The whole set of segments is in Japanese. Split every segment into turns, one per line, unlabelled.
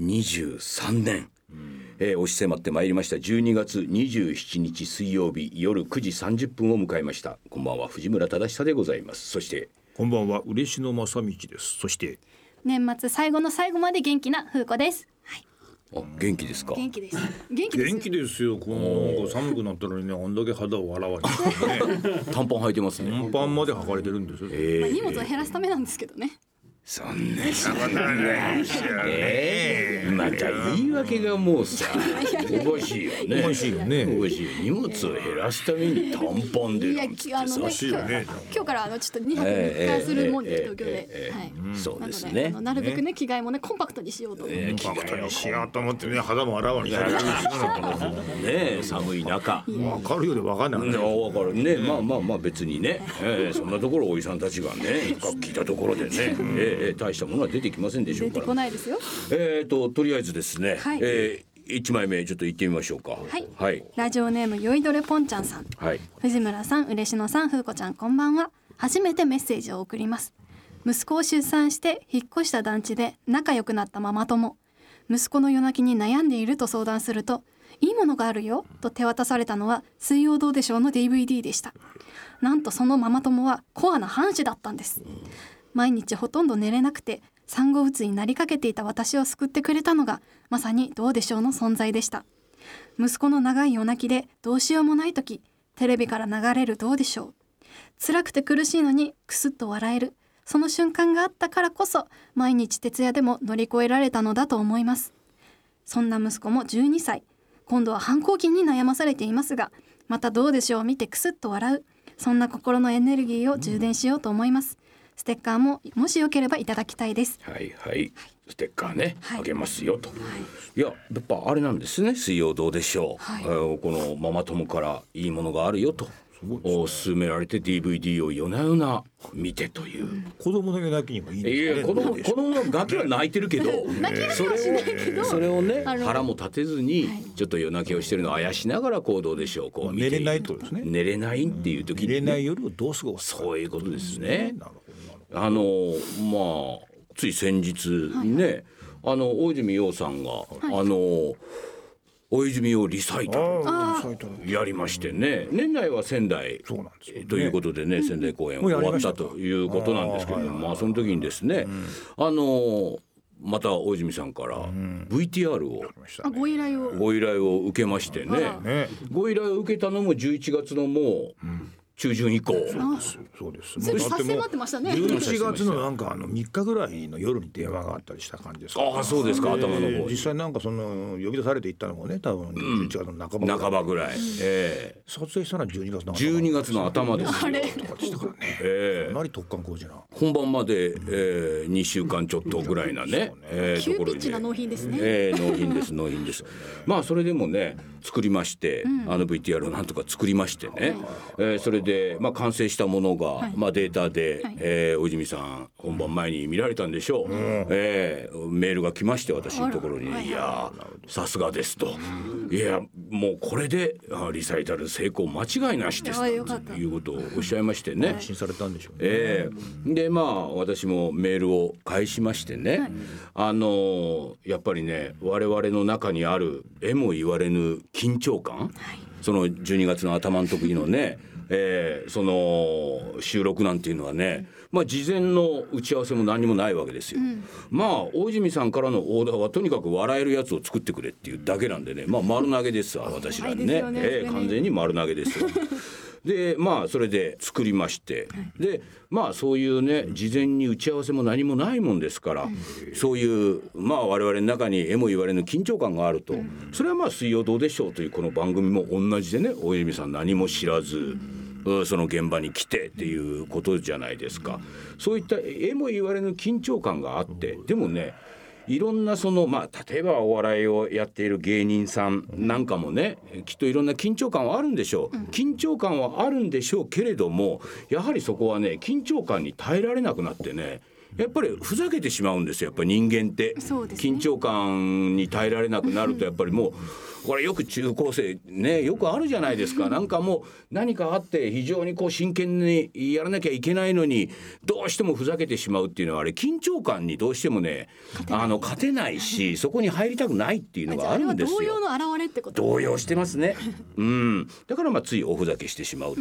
2023年、えー押し迫ってまいりました12月27日水曜日夜9時30分を迎えましたこんばんは藤村忠久でございますそして
こんばんは、嬉野正道です。そして、
年末最後の最後まで元気な風子です。はい、
あ元気ですか
元気です。元気ですよ。
元気ですよ。このなんか寒くなったのにね、あんだけ肌を洗 わしてね、
短パン履いてますね、
パンまで履かれてるんですよ。
まあ、荷物を減らすためなんですけどね。
そんなことないしねまた言い訳がもう さおかしいよね
おかしいよね
おかしいよ荷物を減らすために短パンで
い
な
や、
んつって
きあのね、
さ
今
し
日
いよね
今日からあのちょっと2泊3日するもんで、東京で。はい。
そう
な
です
ので、あ
ね
のなるべくね、着替えもね、コンパクトにしようと思って。
パクトにしようと思ってね、肌も洗わにしてるんですよ。
ねえ寒い中
わかるよりわかんない。
ね、わかるね、まあまあまあ別にね、ええ、そんなところおじさんたちがね一回聞いたところでね、ええええ、大したものは出てきませんでしょ
出
うか
てこ
ら
ないですよ。
えー、ととりあえずですね、
はい
ええ一枚目ちょっと行ってみましょうか
はい
はい、
ラジオネームよいどれぽんちゃんさん。
はい
藤村さん嬉野さん風子ちゃんこんばんは初めてメッセージを送ります息子を出産して引っ越した団地で仲良くなったママ友息子の夜泣きに悩んでいると相談するといいものがあるよと手渡されたのは水曜どうでしょうの DVD でしたなんとそのママ友はコアな藩士だったんです毎日ほとんど寝れなくて産後うつになりかけていた私を救ってくれたのがまさにどうでしょうの存在でした息子の長い夜泣きでどうしようもない時テレビから流れるどうでしょう辛くて苦しいのにクスッと笑えるその瞬間があったからこそ毎日徹夜でも乗り越えられたのだと思いますそんな息子も12歳今度は反抗期に悩まされていますがまたどうでしょうを見てクスッと笑うそんな心のエネルギーを充電しようと思います、ステッカーももしよければいただきたいです
はいはいステッカーね、
はい
あげますよと、い、ややっぱあれなんですね水曜どうでしょう、
はい
えーこのママ友からいいものがあるよと
ごいですね
お勧められて DVD を夜な夜な見てという、
子供の夜泣きにもいい
いやい
で
や子
すね。
供子供のガキは泣いてるけど
泣ける
そ
かもしれないけ
れ
ど
をそれをね
あの
腹も立てずに
はい
ちょっと夜泣きをしてるのをあやしながら行動でしょうこう見
寝
て
れ
る
ないってことですね。
寝れないっていう時に
寝れない
ね
夜をどう過ごすか。
そういうことですね
なるほどなるほ
あのまあつい先日ねあの大泉洋さんがあの大泉洋リサイタル
ど。ああ、そういったの
やりましてね年内は仙台
そうなんですよね
ということでね仙台公演
もう
終
やり
わ
ま
っ
した
たということなんですけれどもまあその時にですねあのまた大泉さんから VTR を
ました
あご依頼を
ご依頼を受けましてね
ね。
ご依頼を受けたのも11月のもう中旬以降
そうです。
全部
だっ
差
て
し
もう
迫ってましたね
11月のなんかあの3日ぐらいの夜に電話があったりした感じですから
ああそうですか頭の
え
方
ー
に
実際なんかその呼び出されていったのもね多分11月の半ば,、
半ばぐらいええ
撮影したのは12月の頭
12月の頭です
あれ
とかでしたからね、かなり突貫工事な
本番まで、えー、2週間ちょっとぐらいなね、えー
急
とこ
ピ
ろ
ッチな
に、
納
ね。
品ですね、
えー、納品です納品ですまあそれでもね作りまして、あの VTR をなんとか作りましてね、えーそれで、まあ、完成したものが、まあ、データで、
はい
えー大泉さん本番前に見られたんでしょう、えーメールが来まして私のところに
あら
「
はい
いやーさすがです」と「いやもうこれであリサイタル成功間違いなしです」
あーよかった
ということをおっしゃいましてね。
安心されたんでしょうね、
ええでまあ私もメールを返しましてね、あのやっぱりね我々の中にあるえも言われぬ緊張感、その12月の頭の時のね、ええその収録なんていうのはね、まあ、事前の打ち合わせも何にもないわけですよ。まあ大泉さんからのオーダーはとにかく笑えるやつを作ってくれっていうだけなんでね、まあ、丸投げですわ私ら
は
ね
いですよね
ええ完全に丸投げですよ。 でまあそれで作りまして、でまあそういうね事前に打ち合わせも何もないもんですから、そういうまあ我々の中にえも言われぬ緊張感があると、それはまあ「水曜どうでしょう」というこの番組も同じでね大泉さん何も知らず。うんその現場に来てっていうことじゃないですかそういったえも言われぬ緊張感があってでもねいろんなそのまあ例えばお笑いをやっている芸人さんなんかもねきっといろんな緊張感はあるんでしょう緊張感はあるんでしょうけれどもやはりそこはね緊張感に耐えられなくなってねやっぱりふざけてしまうんですよやっぱり人間って、
そうですね
緊張感に耐えられなくなるとやっぱりもうこれよく中高生ねよくあるじゃないですかなんかもう何かあって非常にこう真剣にやらなきゃいけないのにどうしてもふざけてしまうっていうのはあれ緊張感にどうしてもねあの勝てないしそこに入りたくないっていうの
じゃ
が
ああ
あ
れ
る
は
んですよ。
同様の表れってこと
動揺してますね。 うん、だからまあついおふざけしてしまうと、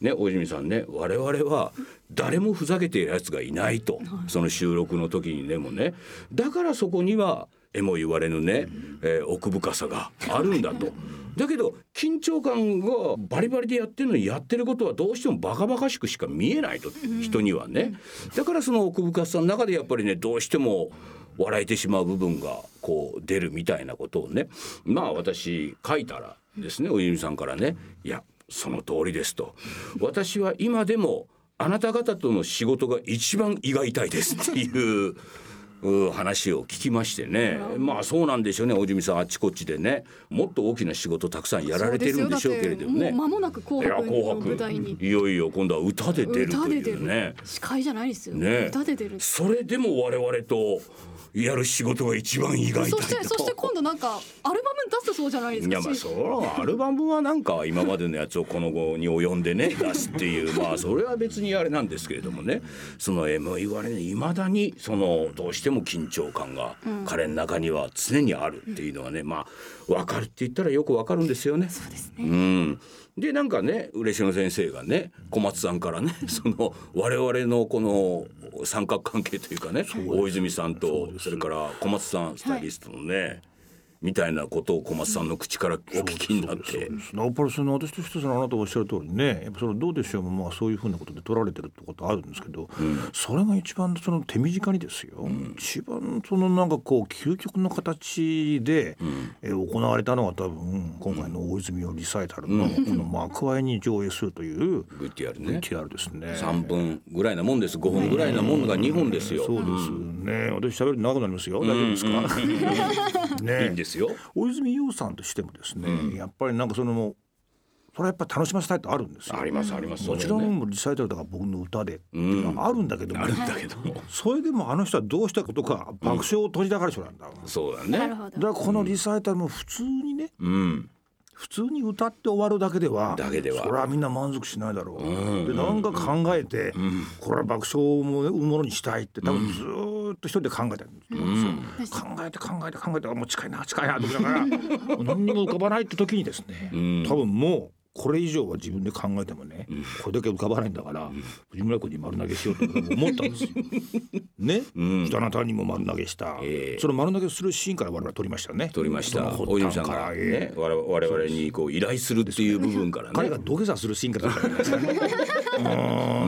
ね、大泉さんね、我々は誰もふざけているやつがいないと。その収録の時にでもね、だからそこには。えも言われぬね、えー奥深さがあるんだと。だけど緊張感がバリバリでやってるのにやってることはどうしてもバカバカしくしか見えないと人にはね。だからその奥深さの中でやっぱりねどうしても笑えてしまう部分がこう出るみたいなことをねまあ私書いたらですねおゆみさんからね「いやその通りです」と「私は今でもあなた方との仕事が一番胃が痛いです」っていう。うー話を聞きましてねまあそうなんでしょうね大泉さんあっちこっちでねもっと大きな仕事たくさんやられてるんでしょうけれども
そう
ね
ですよだってもう間もなく
い
紅
や
白の舞
紅
台に
白いよいよ今度は歌で出ると
歌で出
い
る
うね
司会じゃないですよ、
ね
歌で出る
それでも我々とやる仕事が一番意外
そ
だ
してそして今度なんかアルバム出すそうじゃないです
い
か
やまあ
し
そうアルバムはなんか今までのやつをこの後に及んで ね出すっていうまあそれは別にあれなんですけれどもねその M 言われいまだにそのどうしても緊張感が彼の中には常にあるっていうのはねまあ分かるって言ったらよく分かるんですよね。
そうです
う
ね
ん、でなんかね嬉野先生がね小松さんからね その我々のこの三角関係というかね大泉さんとそれから小松さんスタイリストのね、みたいなことを小松さんの口からお聞きになって。
やっぱりその私としてそのあなたがおっしゃる通りねやっぱそのどうでしょうもまあそういうふうなことで取られてるってことあるんですけど、それが一番その手短にですよ、一番そのなんかこう究極の形で、えー行われたのは多分今回の大泉洋リサイタルのこの幕開に上映するという
VTR ね
VTR ですね。
3分ぐらいなもんです5分ぐらいなものが2本ですよ、
そうですね、私喋ると長くなりますよ大丈夫ですか、
いい
ね
んですよ
大泉洋さんとしてもですね、やっぱりなんかそのもうそれはやっぱ楽しませたいってあるんですよ
ありますあります
もちろ
それはね
んもうリサイタルとか僕の歌でっていうのはあるんだけども、
あるんだけども
それでもあの人はどうしたことか爆笑を取りたがる人なんだ、だか
そうだ
なる
ね
ほど
らこのリサイタルも普通にね
うん
普通に歌って終わるだけでは
だけでは
それはみんな満足しないだろう、でなんか考えて、これは爆笑も生むものにしたいって多分ずーっと一人で考えてるんですよ、考えて考えて考えてあもう近いな近いなと思いながらもう 何にも浮かばないって時にですね、
ん
多分もうこれ以上は自分で考えてもね、これだけ浮かばないんだから、藤村君に丸投げしようと思った んですよ。ね、
ん
そしてあなたにも丸投げした、
ええ
その丸投げするシーンから我々撮りましたね。
撮りました
その
大泉さんか
発端
らね
ええ
我々我々にこう依頼するっていう部分からね
彼が土下座するシーンからだったんです ね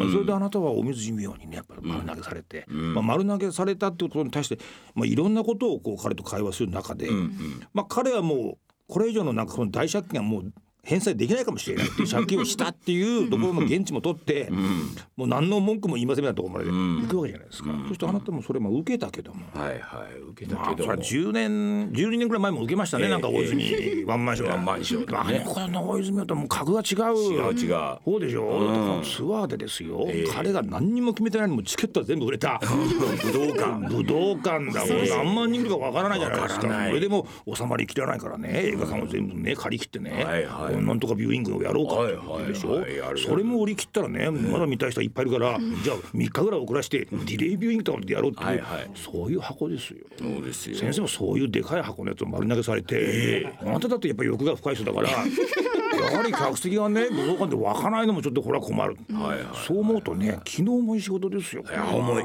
うんそれであなたはお水神妙にねやっぱり丸投げされて、まあ、丸投げされたってことに対して、まあ、いろんなことをこう彼と会話する中で、まあ、彼はもうこれ以上のなんかその大借金はもう返済できないかもしれないっていう借金をしたっていうところの現地も取って、もう何の文句も言いませんみたいなところまで行くわけじゃないですか、そしてあなたもそれも受けたけども、
はいはい受けた
まあ、
け
そ
ど
れ
も
は10年12年ぐらい前も受けましたね、なんか大泉ワンマンショー
ワンマンショーと
ま
かね
あこれの大泉洋とはもう格が違
違
う
う違う
そうでしょ、だからこのツアーでですよ、彼が何にも決めてないのにもうチケットは全部売 れた武道館武道館だもう何万人いるかわからないじゃないです
わ
か
からない
それでもう収まりきらないからね映画館を全部ね借り切ってね、
はいはい
なんとかビューイングをやろうかって言うでしょ、
はいはいはいやる
それも売り切ったらねまだ見たい人いっぱいいるから、じゃあ3日ぐらい遅らしてディレイビューイングとかでやろうっていう、
はいはい
そういう箱ですよ。
そうですよ
先生もそういうでかい箱のやつを丸投げされて、あなただってやっぱり欲が深い人 だからやはり客席がね武道館で湧かないのもちょっとこれは困る、
はいはい
そう思うとね昨日もいい仕事ですよい
や重い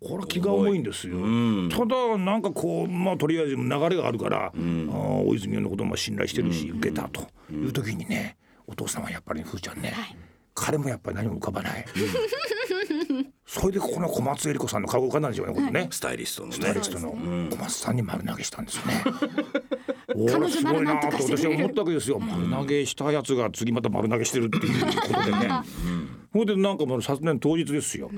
これは気が重いんですよ、ただなんかこうまあとりあえず流れがあるから、あー大泉洋のことも信頼してるし、受けたという時にねお父さんはやっぱりふーちゃんね、彼もやっぱり何も浮かばない、それでここの小松恵里子さんの顔が浮かんだんでしょうねこのね、
スタイリストのね
スタイリストの小松さんに丸投げしたんですよね。
彼
おお
女
す
なら
ごい
なん
な
と
と
かしてくれ
私
る
は思ったわけですよ。丸投げしたやつが次また丸投げしてるっていうことでね。それでなんかもう昨年当日ですよ。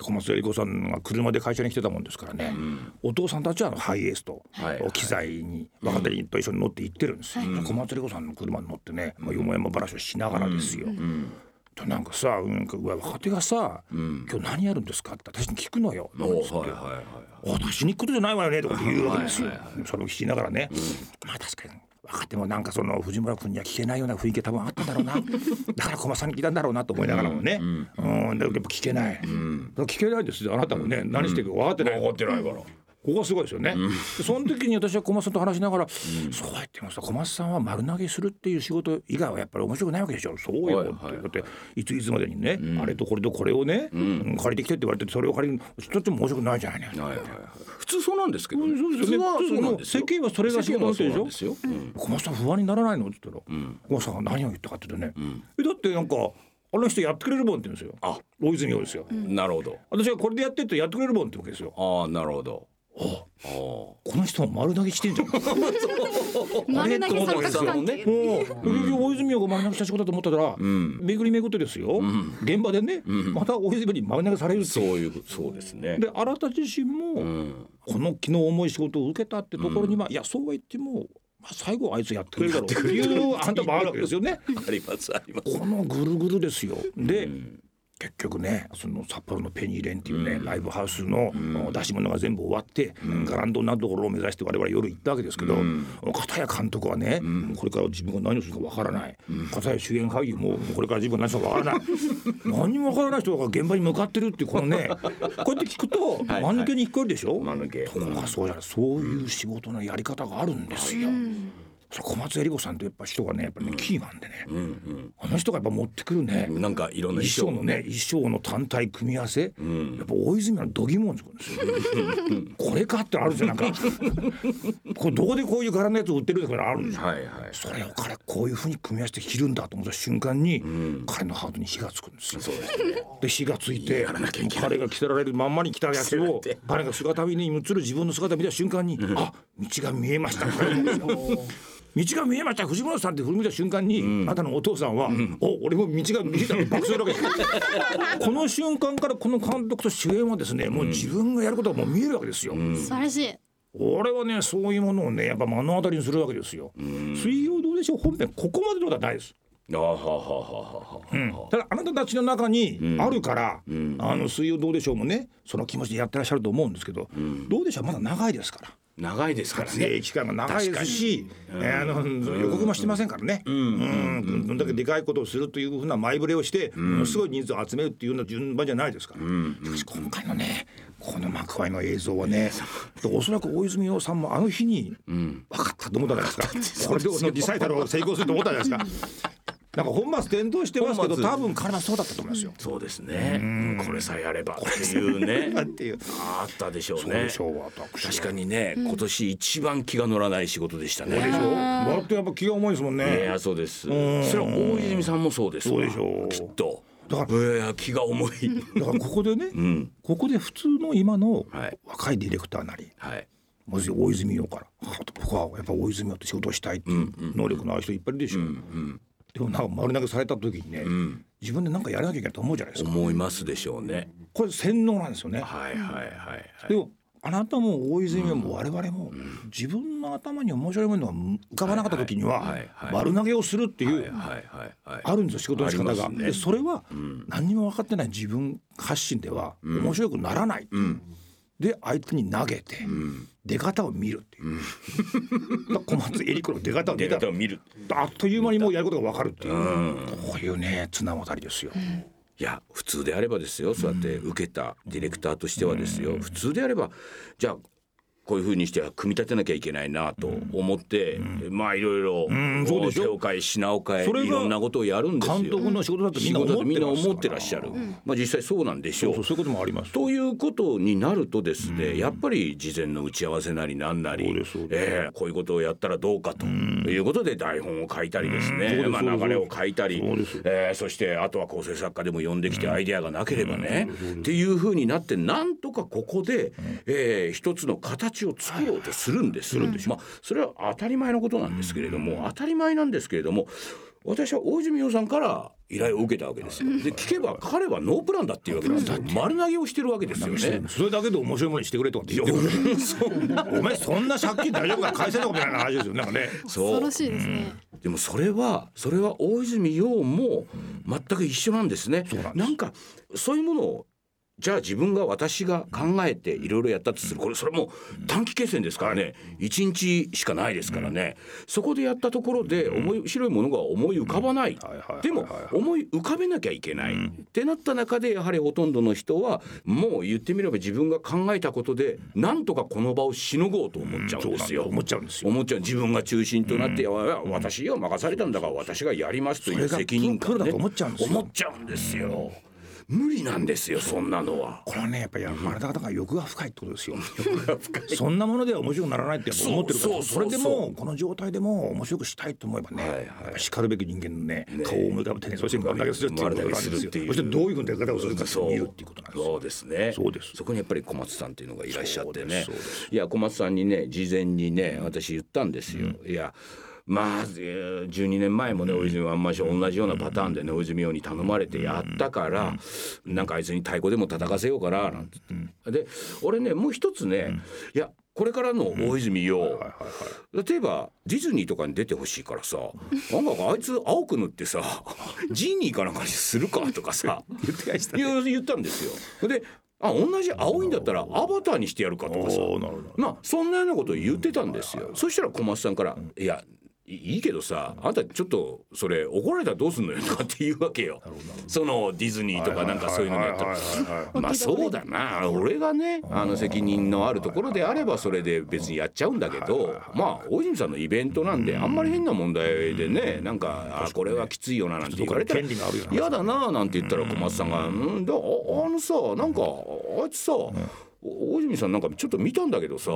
小松恵里子さんが車で会社に来てたもんですからね、お父さんたちはあのハイエースと
はい
機材に若手と一緒に乗って行ってるんですよ、小松恵里子さんの車に乗ってね、まあ、よもやま話をしながらですよ、となんかさ、うん、若手がさ、今日何やるんですか?」って私に聞くのよ。
おーはいはいはい
私に行くことじゃないわよねとか言うわけですよ
はいはい。
それを聞きながらね、まあ確かに若手もなんかその藤村君には聞けないような雰囲気多分あったんだろう なだから駒さんに聞いたんだろうなと思いながらもね、うんでもやっぱ聞けない、聞けないですよあなたもね、何してるか分かってない分かってないから。ここがすごいですよね、でその時に私は小松さんと話しながら、そうやってもさ小松さんは丸投げするっていう仕事以外はやっぱり面白くないわけでしょそうよ、
はいはいはい
だっていついつまでにね、あれとこれとこれをね、うん借りてきてって言われてそれを借りるちょっと面白くないじゃないの、
はいはいはい普通そうなんですけどね、
そうで
普
す
通
よね
はそうなんですよ
世間はそれが仕事だって
世間はそ
でしょ
うなんですようん
小松さん不安にならないのって言ったら、小松さんが何を言ったかって言うとね、えだってなんかあの人やってくれるもんって言うんですよ
あ
大泉洋ですよ、
なるほど
私がこれでやってってやってくれるもんってわけですよ
ああなるほどあ
この人も丸投げしてん じゃんも
丸投げ三角関係
う結局大泉洋が丸投げした仕事だと思ったら、
ん
めぐりめぐってですよ、現場でね、また大泉に丸投げされるっ
あ
て
そういうそうですね
であなた自身も、
うん
この気の重い仕事を受けたってところに、まあいやそうは言っても、まあ、最後はあいつやってくれるだろうっていうあんたもあるわけですよね。
ありますあります
このぐるぐるですよ。で、
ん
結局ねその札幌のペニーレンっていうね、ライブハウスの、出し物が全部終わって、ガランドなところを目指して我々夜行ったわけですけど、片谷監督はね、これから自分が何をするかわからない、片谷主演俳優もこれから自分が何をするか わからない何もわからない人が現場に向かってるっていうこの ねこうやって聞くと
はい
間抜けに聞こえるでしょ、
間抜け
ところがそうじゃないそういう仕事のやり方があるんですよ。それ小松江里子さんってやっぱ人がねやっぱねキーマンでね、
うん
あの人がやっぱ持ってくるね、
うんなんかいろんな
衣装のね衣装の単体組み合わせ、
ん
やっぱ大泉の度肝をつくんですよこれかってあるじゃんな んかこれどこでこういう柄のやつ売ってるとかあるんですよ、
はいはい
それを彼こういうふうに組み合わせて着るんだと思った瞬間に、
ん
彼のハートに火がつくんですよ
そうですね
で火がついて
やらなきゃいけない
彼が着せられるまんまに着たやつを
着せられて
彼が姿見に映る自分の姿見た瞬間に、あ道が見えました道が見えました藤本さんって振り向いた瞬間に、あなたのお父さんは、お俺も道が見えたって爆笑するわけですこの瞬間からこの監督と主演はですねもう自分がやることがもう見えるわけですよ、
素晴らしい
俺はねそういうものをねやっぱ目の当たりにするわけですよ、水曜どうでしょう本編ここまでのことはないです
あーははははは
ただあなたたちの中にあるから、
ん
あの水曜どうでしょうもねその気持ちでやってらっしゃると思うんですけど、どうでしょうまだ長いですから
長いですから
生
ね
期間が長いですし、えーあの予告もしてませんからね、うんどんだけでかいことをするというふうな前触れをして、ものすごい人数を集めるっていうような順番じゃないですから、しかし今回のねこの幕張の映像はねおそらく大泉洋さんもあの日に分かったと思ったじゃないですか、これでこのリサイタルを成功すると思ったじゃないですか。なんか本末転倒してますけど
本末
多分彼はそうだったと思いますよ。
そうですねこれさえあればっていうね
なんていう
あったでしょう
どう
ね
でしょう私は
確かにね今年一番気が乗らない仕事でしたね
でしょだってやっぱ気が重いですもん
い
ね。
やそうですそ
ん
れは大泉さんもそうですわ
そうでしょう
きっと
だか
いや気が重い
だからここでね、
うん
ここで普通の今の
はい
若いディレクターなり、
はい
もし大泉洋から、あ僕はやっぱ大泉洋と仕事をしたいっていう能力のある人いっぱいいるでしょ。
うん
でもなんか丸投げされた時にね、
うん
自分でなんかやらなきゃいけないと思うじゃないですか。
思いますでしょうね
これ洗脳なんですよね。
はいはいはいはい
でもあなたも大泉洋も我々も自分の頭に面白いものが浮かばなかった時には
はいはい
丸投げをするってい
はいうはいはいはい
あるんですよ仕事の仕方
あります
が。
ね
でそれは何にも分かってない自分発信では面白くならない。で相手に投げて出方を見るっていう。だから 小松エリコの出方を見
出
た
方を見る
あっという間にもうやることが分かるっていうこういうね綱渡りですよ。
いや普通であればですよそうやって受けたディレクターとしてはですよ普通であればじゃあこういうふうにして組み立てなきゃいけないなと思ってまあいろいろ
んそうでしょ
手を変え品を変え
それが
いろんなことをやるんですよ
監督の仕事だとみ
仕
んな
事だとみんな
思
思っ
っ
てて
ら
ら
っ
っ
し
し
ゃ
ゃ
る
る。まあ実際そうなんでし
そ
ょ
うそう
う。
そういうこともあります。
ということになるとですね、やっぱり事前の打ち合わせなりなんなり
そうですそうで
ええこういうことをやったらどうかということで台本を書いたりですね、
うん
まあ、
そうです
流れを書いたり
そうです、
ええそしてあとは構成作家でも呼んできてアイデアがなければね、っていうふうになってなんとかここで、ええ一つの形を作ろうとするんです。まあ、それは当たり前のことなんですけれども当たり前なんですけれども私は大泉洋さんから依頼を受けたわけですよ。で聞けば彼はノープランだっていうわけなんですよ丸投げをしてるわけですよね。
それだけで面白いものにしてくれとかって言ってくる お前そんな借金大丈夫か返せたことないな話ですよなんかね
そ
恐ろ
う
しいですね
でもそれはそれは大泉洋も全く一緒なんですね。
そうなんです
なんかそういうものをじゃあ自分が私が考えていろいろやったとするこれそれも短期決戦ですからね1日しかないですからねそこでやったところで思い白いものが思い浮かばない
はいはいはいはい
でも思い浮かべなきゃいけない、ってなった中でやはりほとんどの人はもう言ってみれば自分が考えたことでなんとかこの場をしのごうと思っちゃうんですよ。
思っちゃうんですよ。
思っちゃう自分が中心となって、いや私が任されたんだから私がやりますと
そ
い
れ
う
が
責任感
プロだと思っちゃうんですよ
思っちゃうんですよ無理なんですよそんなのは
これはねやっぱり丸高だから欲が深いってことですよ。そんなものでは面白くならないってやっぱ思ってるから
そう
そ
そうそう
れでもこの状態でも面白くしたいと思えばね、
はいはい
やっぱ叱るべき人間のね顔を思い浮かべてねそして丸投げするっていうことなんです
丸投げする
よ
っていう
そしてどういうふうな出方をするかって
そう
いうっていうことなんです
そ
よ
う。ですね
そうです
そこにやっぱり小松さんっていうのがいらっしゃってね
そうですそう
いや小松さんにね事前にね私言ったんですよ、いやまあえー12年前もね大泉はあんまし同じようなパターンでね大泉洋に頼まれてやったからなんかあいつに太鼓でも叩かせようかななんて言ってで俺ねもう一つねいやこれからの大泉洋
はいはいはい
例えばディズニーとかに出てほしいからさなんかあいつ青く塗って さジーニーかなんかにするかとかさ
言って返したね。
言う言ったんですよ。であ同じ青いんだったらアバターにしてやるかとかさ
おーなるほど
まあそんなようなことを言ってたんですよ。そしたら小松さんから「いやいいいけどさあんたちょっとそれ怒られたらどうすんのよ」とかっていうわけよ。そのディズニーとかなんかそういうのやったら
はいはいはいはい
まあそうだな俺がねあの責任のあるところであればそれで別にやっちゃうんだけどまあ大泉さんのイベントなんであんまり変な問題でねなんかあこれはきついよななんて言われたら
権利があるよな
嫌だななんて言ったら小松さんが「うんだああのさなんかあいつさお大泉さんなんかちょっと見たんだけどさ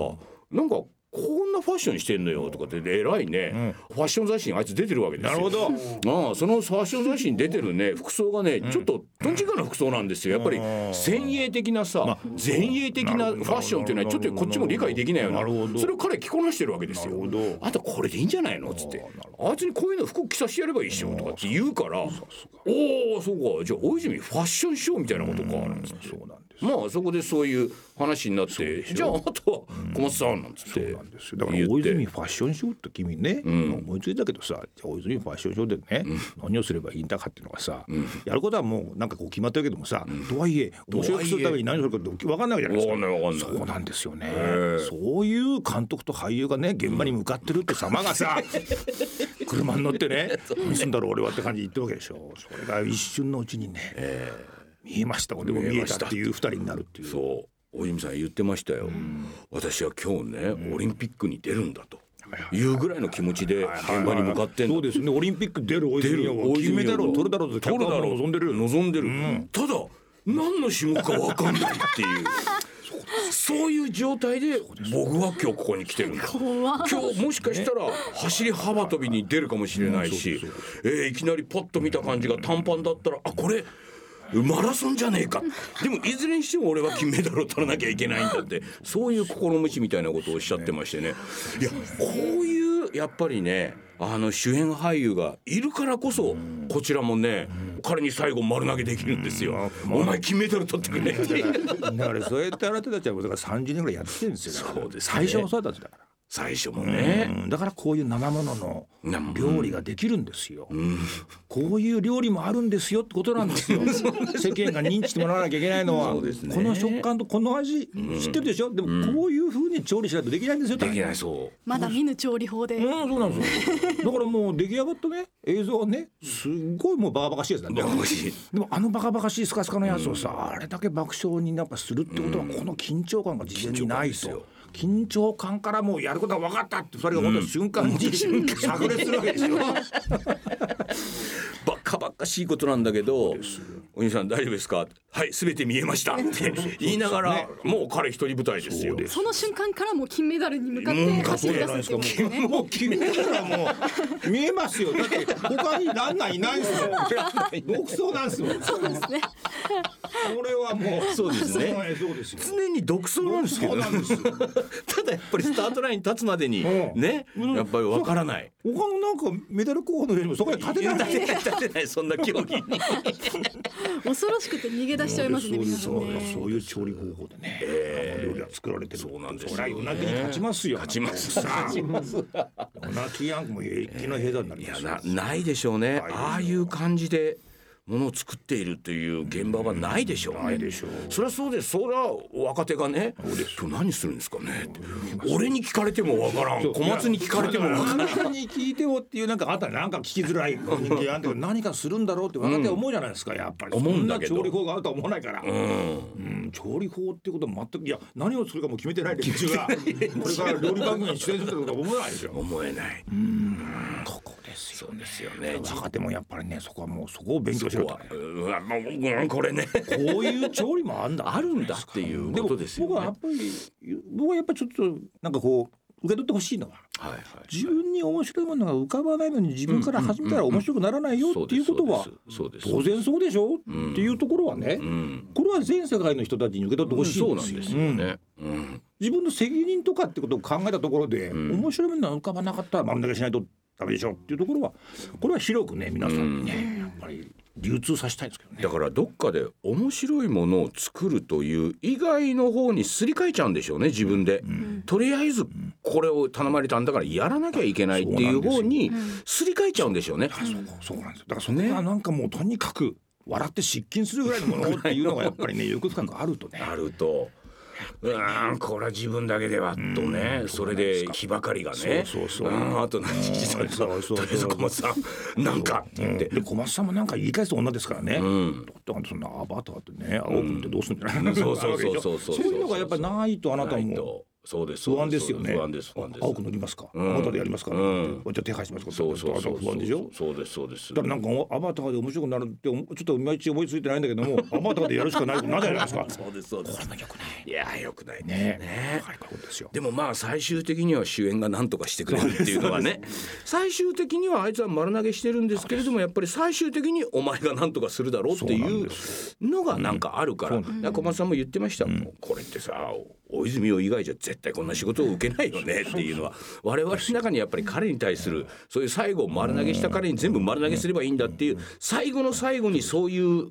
なんかこんなファッションしてんのよとかって偉いね、ファッション雑誌にあいつ出てるわけですよ。
なるほど
ああそのファッション雑誌に出てるね服装がねちょっととんちかな服装なんですよやっぱり
うん
先鋭的なさ前衛的な
なる
ファ
ほど
ッションっていうのはちょっとこっちも理解できないよう
なるほ
な
ど
それを彼着こなしてるわけですよ
なるほど
あとこれでいいんじゃないのっつってあいつにこういうの服着させてやればいいっしょとかって言うからおおそうかじゃあ大泉ファッションショーみたいなことかなんつって
そうなんです。
まあそこでそういう話になってじゃああとは小松さんなんつっ
そう
て
なんですよだから大泉ファッションショーって君ね、思いついたけどさじゃあ大泉ファッションショーでね、何をすればいいんだかっていうのがさ、やることはもうなんかこう決まってるけどもさ、とはいえ面白くするために何をするかって分かんないわけじゃないですか
わかんないわかんない
そうなんですよねそういう監督と俳優がね現場に向かってるって様がさ、車に乗ってね何すんだろう俺はって感じで言ってるわけでしょそれが一瞬のうちにね、見えました俺も見えたっていう二人になるっていう
そう大泉さん言ってましたよ、私は今日ね、オリンピックに出るんだというぐらいの気持ちで現場に向かってんだ
そうですねオリンピック出る大泉洋は
大
金
泉
メダルを取るだろうと
取るだろう
望んでるよ
望んでる、ただ何の種目か分かんないっていう そういう状態で僕は今日ここに来てるんだ今日もしかしたら走り幅跳びに出るかもしれないし、えーいきなりパッと見た感じが短パンだったらあこれマラソンじゃねえかでもいずれにしても俺は金メダルを取らなきゃいけないんだってそういう心持ちみたいなことをおっしゃってましてねいやこういうやっぱりねあの主演俳優がいるからこそこちらもね彼に最後丸投げできるんですよお前金メダル取ってくれっていう
だからそうやってあなたたちはもうだから30年ぐらいやってるんですよだから
そうですね
最初はそうだったんですだか
最初も
ら、
ね
うんだからこういう生ものの
うん
料理ができるんですよ、こういう料理もあるんですよってことなん ですよ世間が認知してもらわなきゃいけないのは、
そうですね
この食感とこの味知ってるでしょ、でもこういう風に調理しないとできないんですよ
できないそう
まだ見ぬ調理法で、
うん、そうなんですよ。だからもう出来上がったね、映像はね、すっごいもうバカバカしいやつなんだよ
バカバカしい
でもあのバカバカしいスカスカのやつをさ、あれだけ爆笑になんかするってことは、この緊張感が事前にないと。緊張感からもうやることが分かったってそれが本当に瞬間に炸裂するわけです よ。
バカバカしいことなんだけど「お兄さん大丈夫ですか?」はい全て見えました」って言いながらもう彼一人舞台ですよ。
その瞬間からもう金メダルに向かっ
うん
て走り出すってことですね。
もう決めたらもう見えますよ。だって他にランナーいないん ですよ。独走なんですよ。こ
そうですね。
れはもう
そうですね
はいそうですよ。
常に独走なんですけど
そうなんですよ
ただやっぱりスタートラインに立つまでに
うん
ねやっぱりわからない。
他のなんかメダル候補のよりもそこで勝てない
立てない立てないないそんな競技に
恐ろしくて逃げ出しちゃいますね、皆さん
そう
ね。
そういう調理方法でね、あの料理が作られてる
そうなんですよ
そりゃ夜泣きに勝ちますよ
勝ちます
さあ夜泣きなんかも平気の平座になり
い
ま
や
す
なないでしょうね
ないですよ
ああいう感じでものを作っているという現場はないでしょうね、
ないでしょう
そりゃそうですそりゃ若手がね「今日何するんですかね」って俺に聞かれてもわからん小松に聞かれてもわからん
小松に聞いてもっていうなんかあったらなんか聞きづらい人間あんけど何かするんだろうって若手は思うじゃないですかやっぱり
思うんだ
そんな
けど
調理法があるとは思わないから、うん調理法っていうことは全くいや何をするかも決めてない連 中がこれから料理番組に出演するってことは思わないでしょ
思えない
ここですよ
そうですよねじ
若手もやっぱりねそこはもうそこを勉強しろ
う
と
わうわもううんこれね
こういう調理もあるんだ
あるんだっていうことですよね
も僕はやっぱり僕はやっぱりちょっとなんかこう受け取ってほしいのは
はいはい
自分に面白いものが浮かばないのに自分から始めたら面白くならないよっていうことは
そうですそう
当
です
然そうでしょっていうところはね
うん
これは全世界の人たちに受け取ってほしい
そうん
で
なん
すよ
で。すよね、うん
自分の責任とかってことを考えたところで、面白いものが浮かばなかったら丸投げしないとダメでしょっていうところはこれは広くね皆さんにね、やっぱり流通させたいですけどね
だ。からどっかで面白いものを作るという以外の方にすり替えちゃうんでしょうね自分で、とりあえずこれを頼まれたんだからやらなきゃいけないっていう方にすり替えちゃうんでしょうね。
あそうそうなんですよだからそこがなんかもうとにかく笑って失禁するぐらいのものっていうのがやっぱ りね抑揚感があるとね
あるとうーんこれは自分だけではとね、それで日ばかりがね
そうそうそう
ーんあと何日さんと
そうそうそう
りあえず小松さんなんかって言って、
で小松さんもなんか言い返す女ですからね、
ん
だってあのそんなアバターってね青くってどうするんじゃない
そうそうそうそう
そういうのがやっぱないとあなた
ない
も
とそうですそう
不安ですよね
不安です不安です
青く塗ります
ん
か、アバターでやりますか、
うん
じゃあ手配しますか
そうそうそう
不安でしょ
そうですそうです
だからなんかアバターで面白くなるってちょっといまいち思いついてないんだけ どもアバターでやるしかないことなんじゃないですか
そうですそうですこれも良くないいやー良くないね
ね
ね
はいこういうことですよ
でもまあ最終的には主演が何とかしてくれるっていうのは ね最終的にはあいつは丸投げしてるんですけれどもやっぱり最終的にお前が何とかするだろうっていうのがなんかあるからだから小松さんも言ってましたもんこれってさ大泉洋以外じゃ絶対こんな仕事を受けないよねっていうのは我々の中にやっぱり彼に対するそういう最後丸投げした彼に全部丸投げすればいいんだっていう最後の最後にそういうう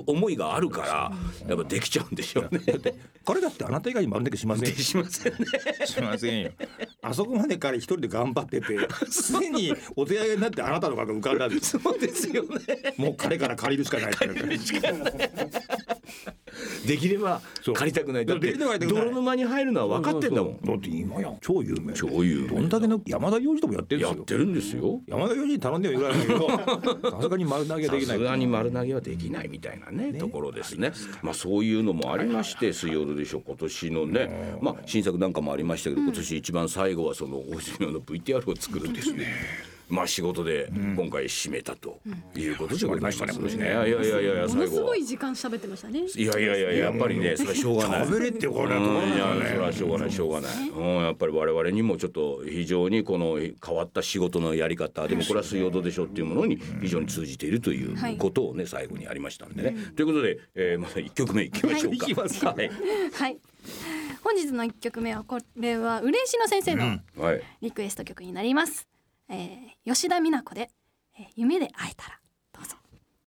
ー思いがあるからやっぱできちゃうんでしょうね。
彼だってあなた以外に丸投げしませんよ
しませんね。
しませんよ。 あそこまで彼一人で頑張ってて、すでにお手上げになってあなたの顔が浮かんだんです。
そうですよね。
もう彼から借りるしかないってなって。
できれば
そう
借りたくないだっ
で
て
きれば借りたくない
泥沼に入るのは分かってんだもん
だって今や超有名。
超有名
どんだけの山田洋次とかやってるんで
や
す
っ
よ。
てるんですよ
山田洋次に頼んでもいいぐらいだけ ど、さすがに丸投げ
さ
できな
す
い。
がに丸投げはできないみたいなねところですねまあそういうのもありまして「水曜どうでしょう」今年のねまあ新作なんかもありましたけど今年一番最後はその大泉洋の VTR を作るんですねまあ仕事で今回締めたということでございましたね
うん
いやいやいやいや
もの
最
す
後
ご
はい
時間喋ってましたね。
いやいやいややっぱりねそれはしょうがない
食べれってこれはとこ
うんいや
ろだ
それ
よ
は
ね。
しょうがないしょうがない、うん、やっぱり我々にもちょっと非常にこの変わった仕事のやり方でもこれは水曜どうでしょうっていうものに非常に通じているという
はい
ことをね最後にありましたんでね。ということで、えー、まず1曲目いきましょうか。
はいいきますか
はい
はい。本日の一曲目はこれは嬉野先生の
はい
リクエスト曲になります。えー吉田美奈子で、えー夢で会えたら。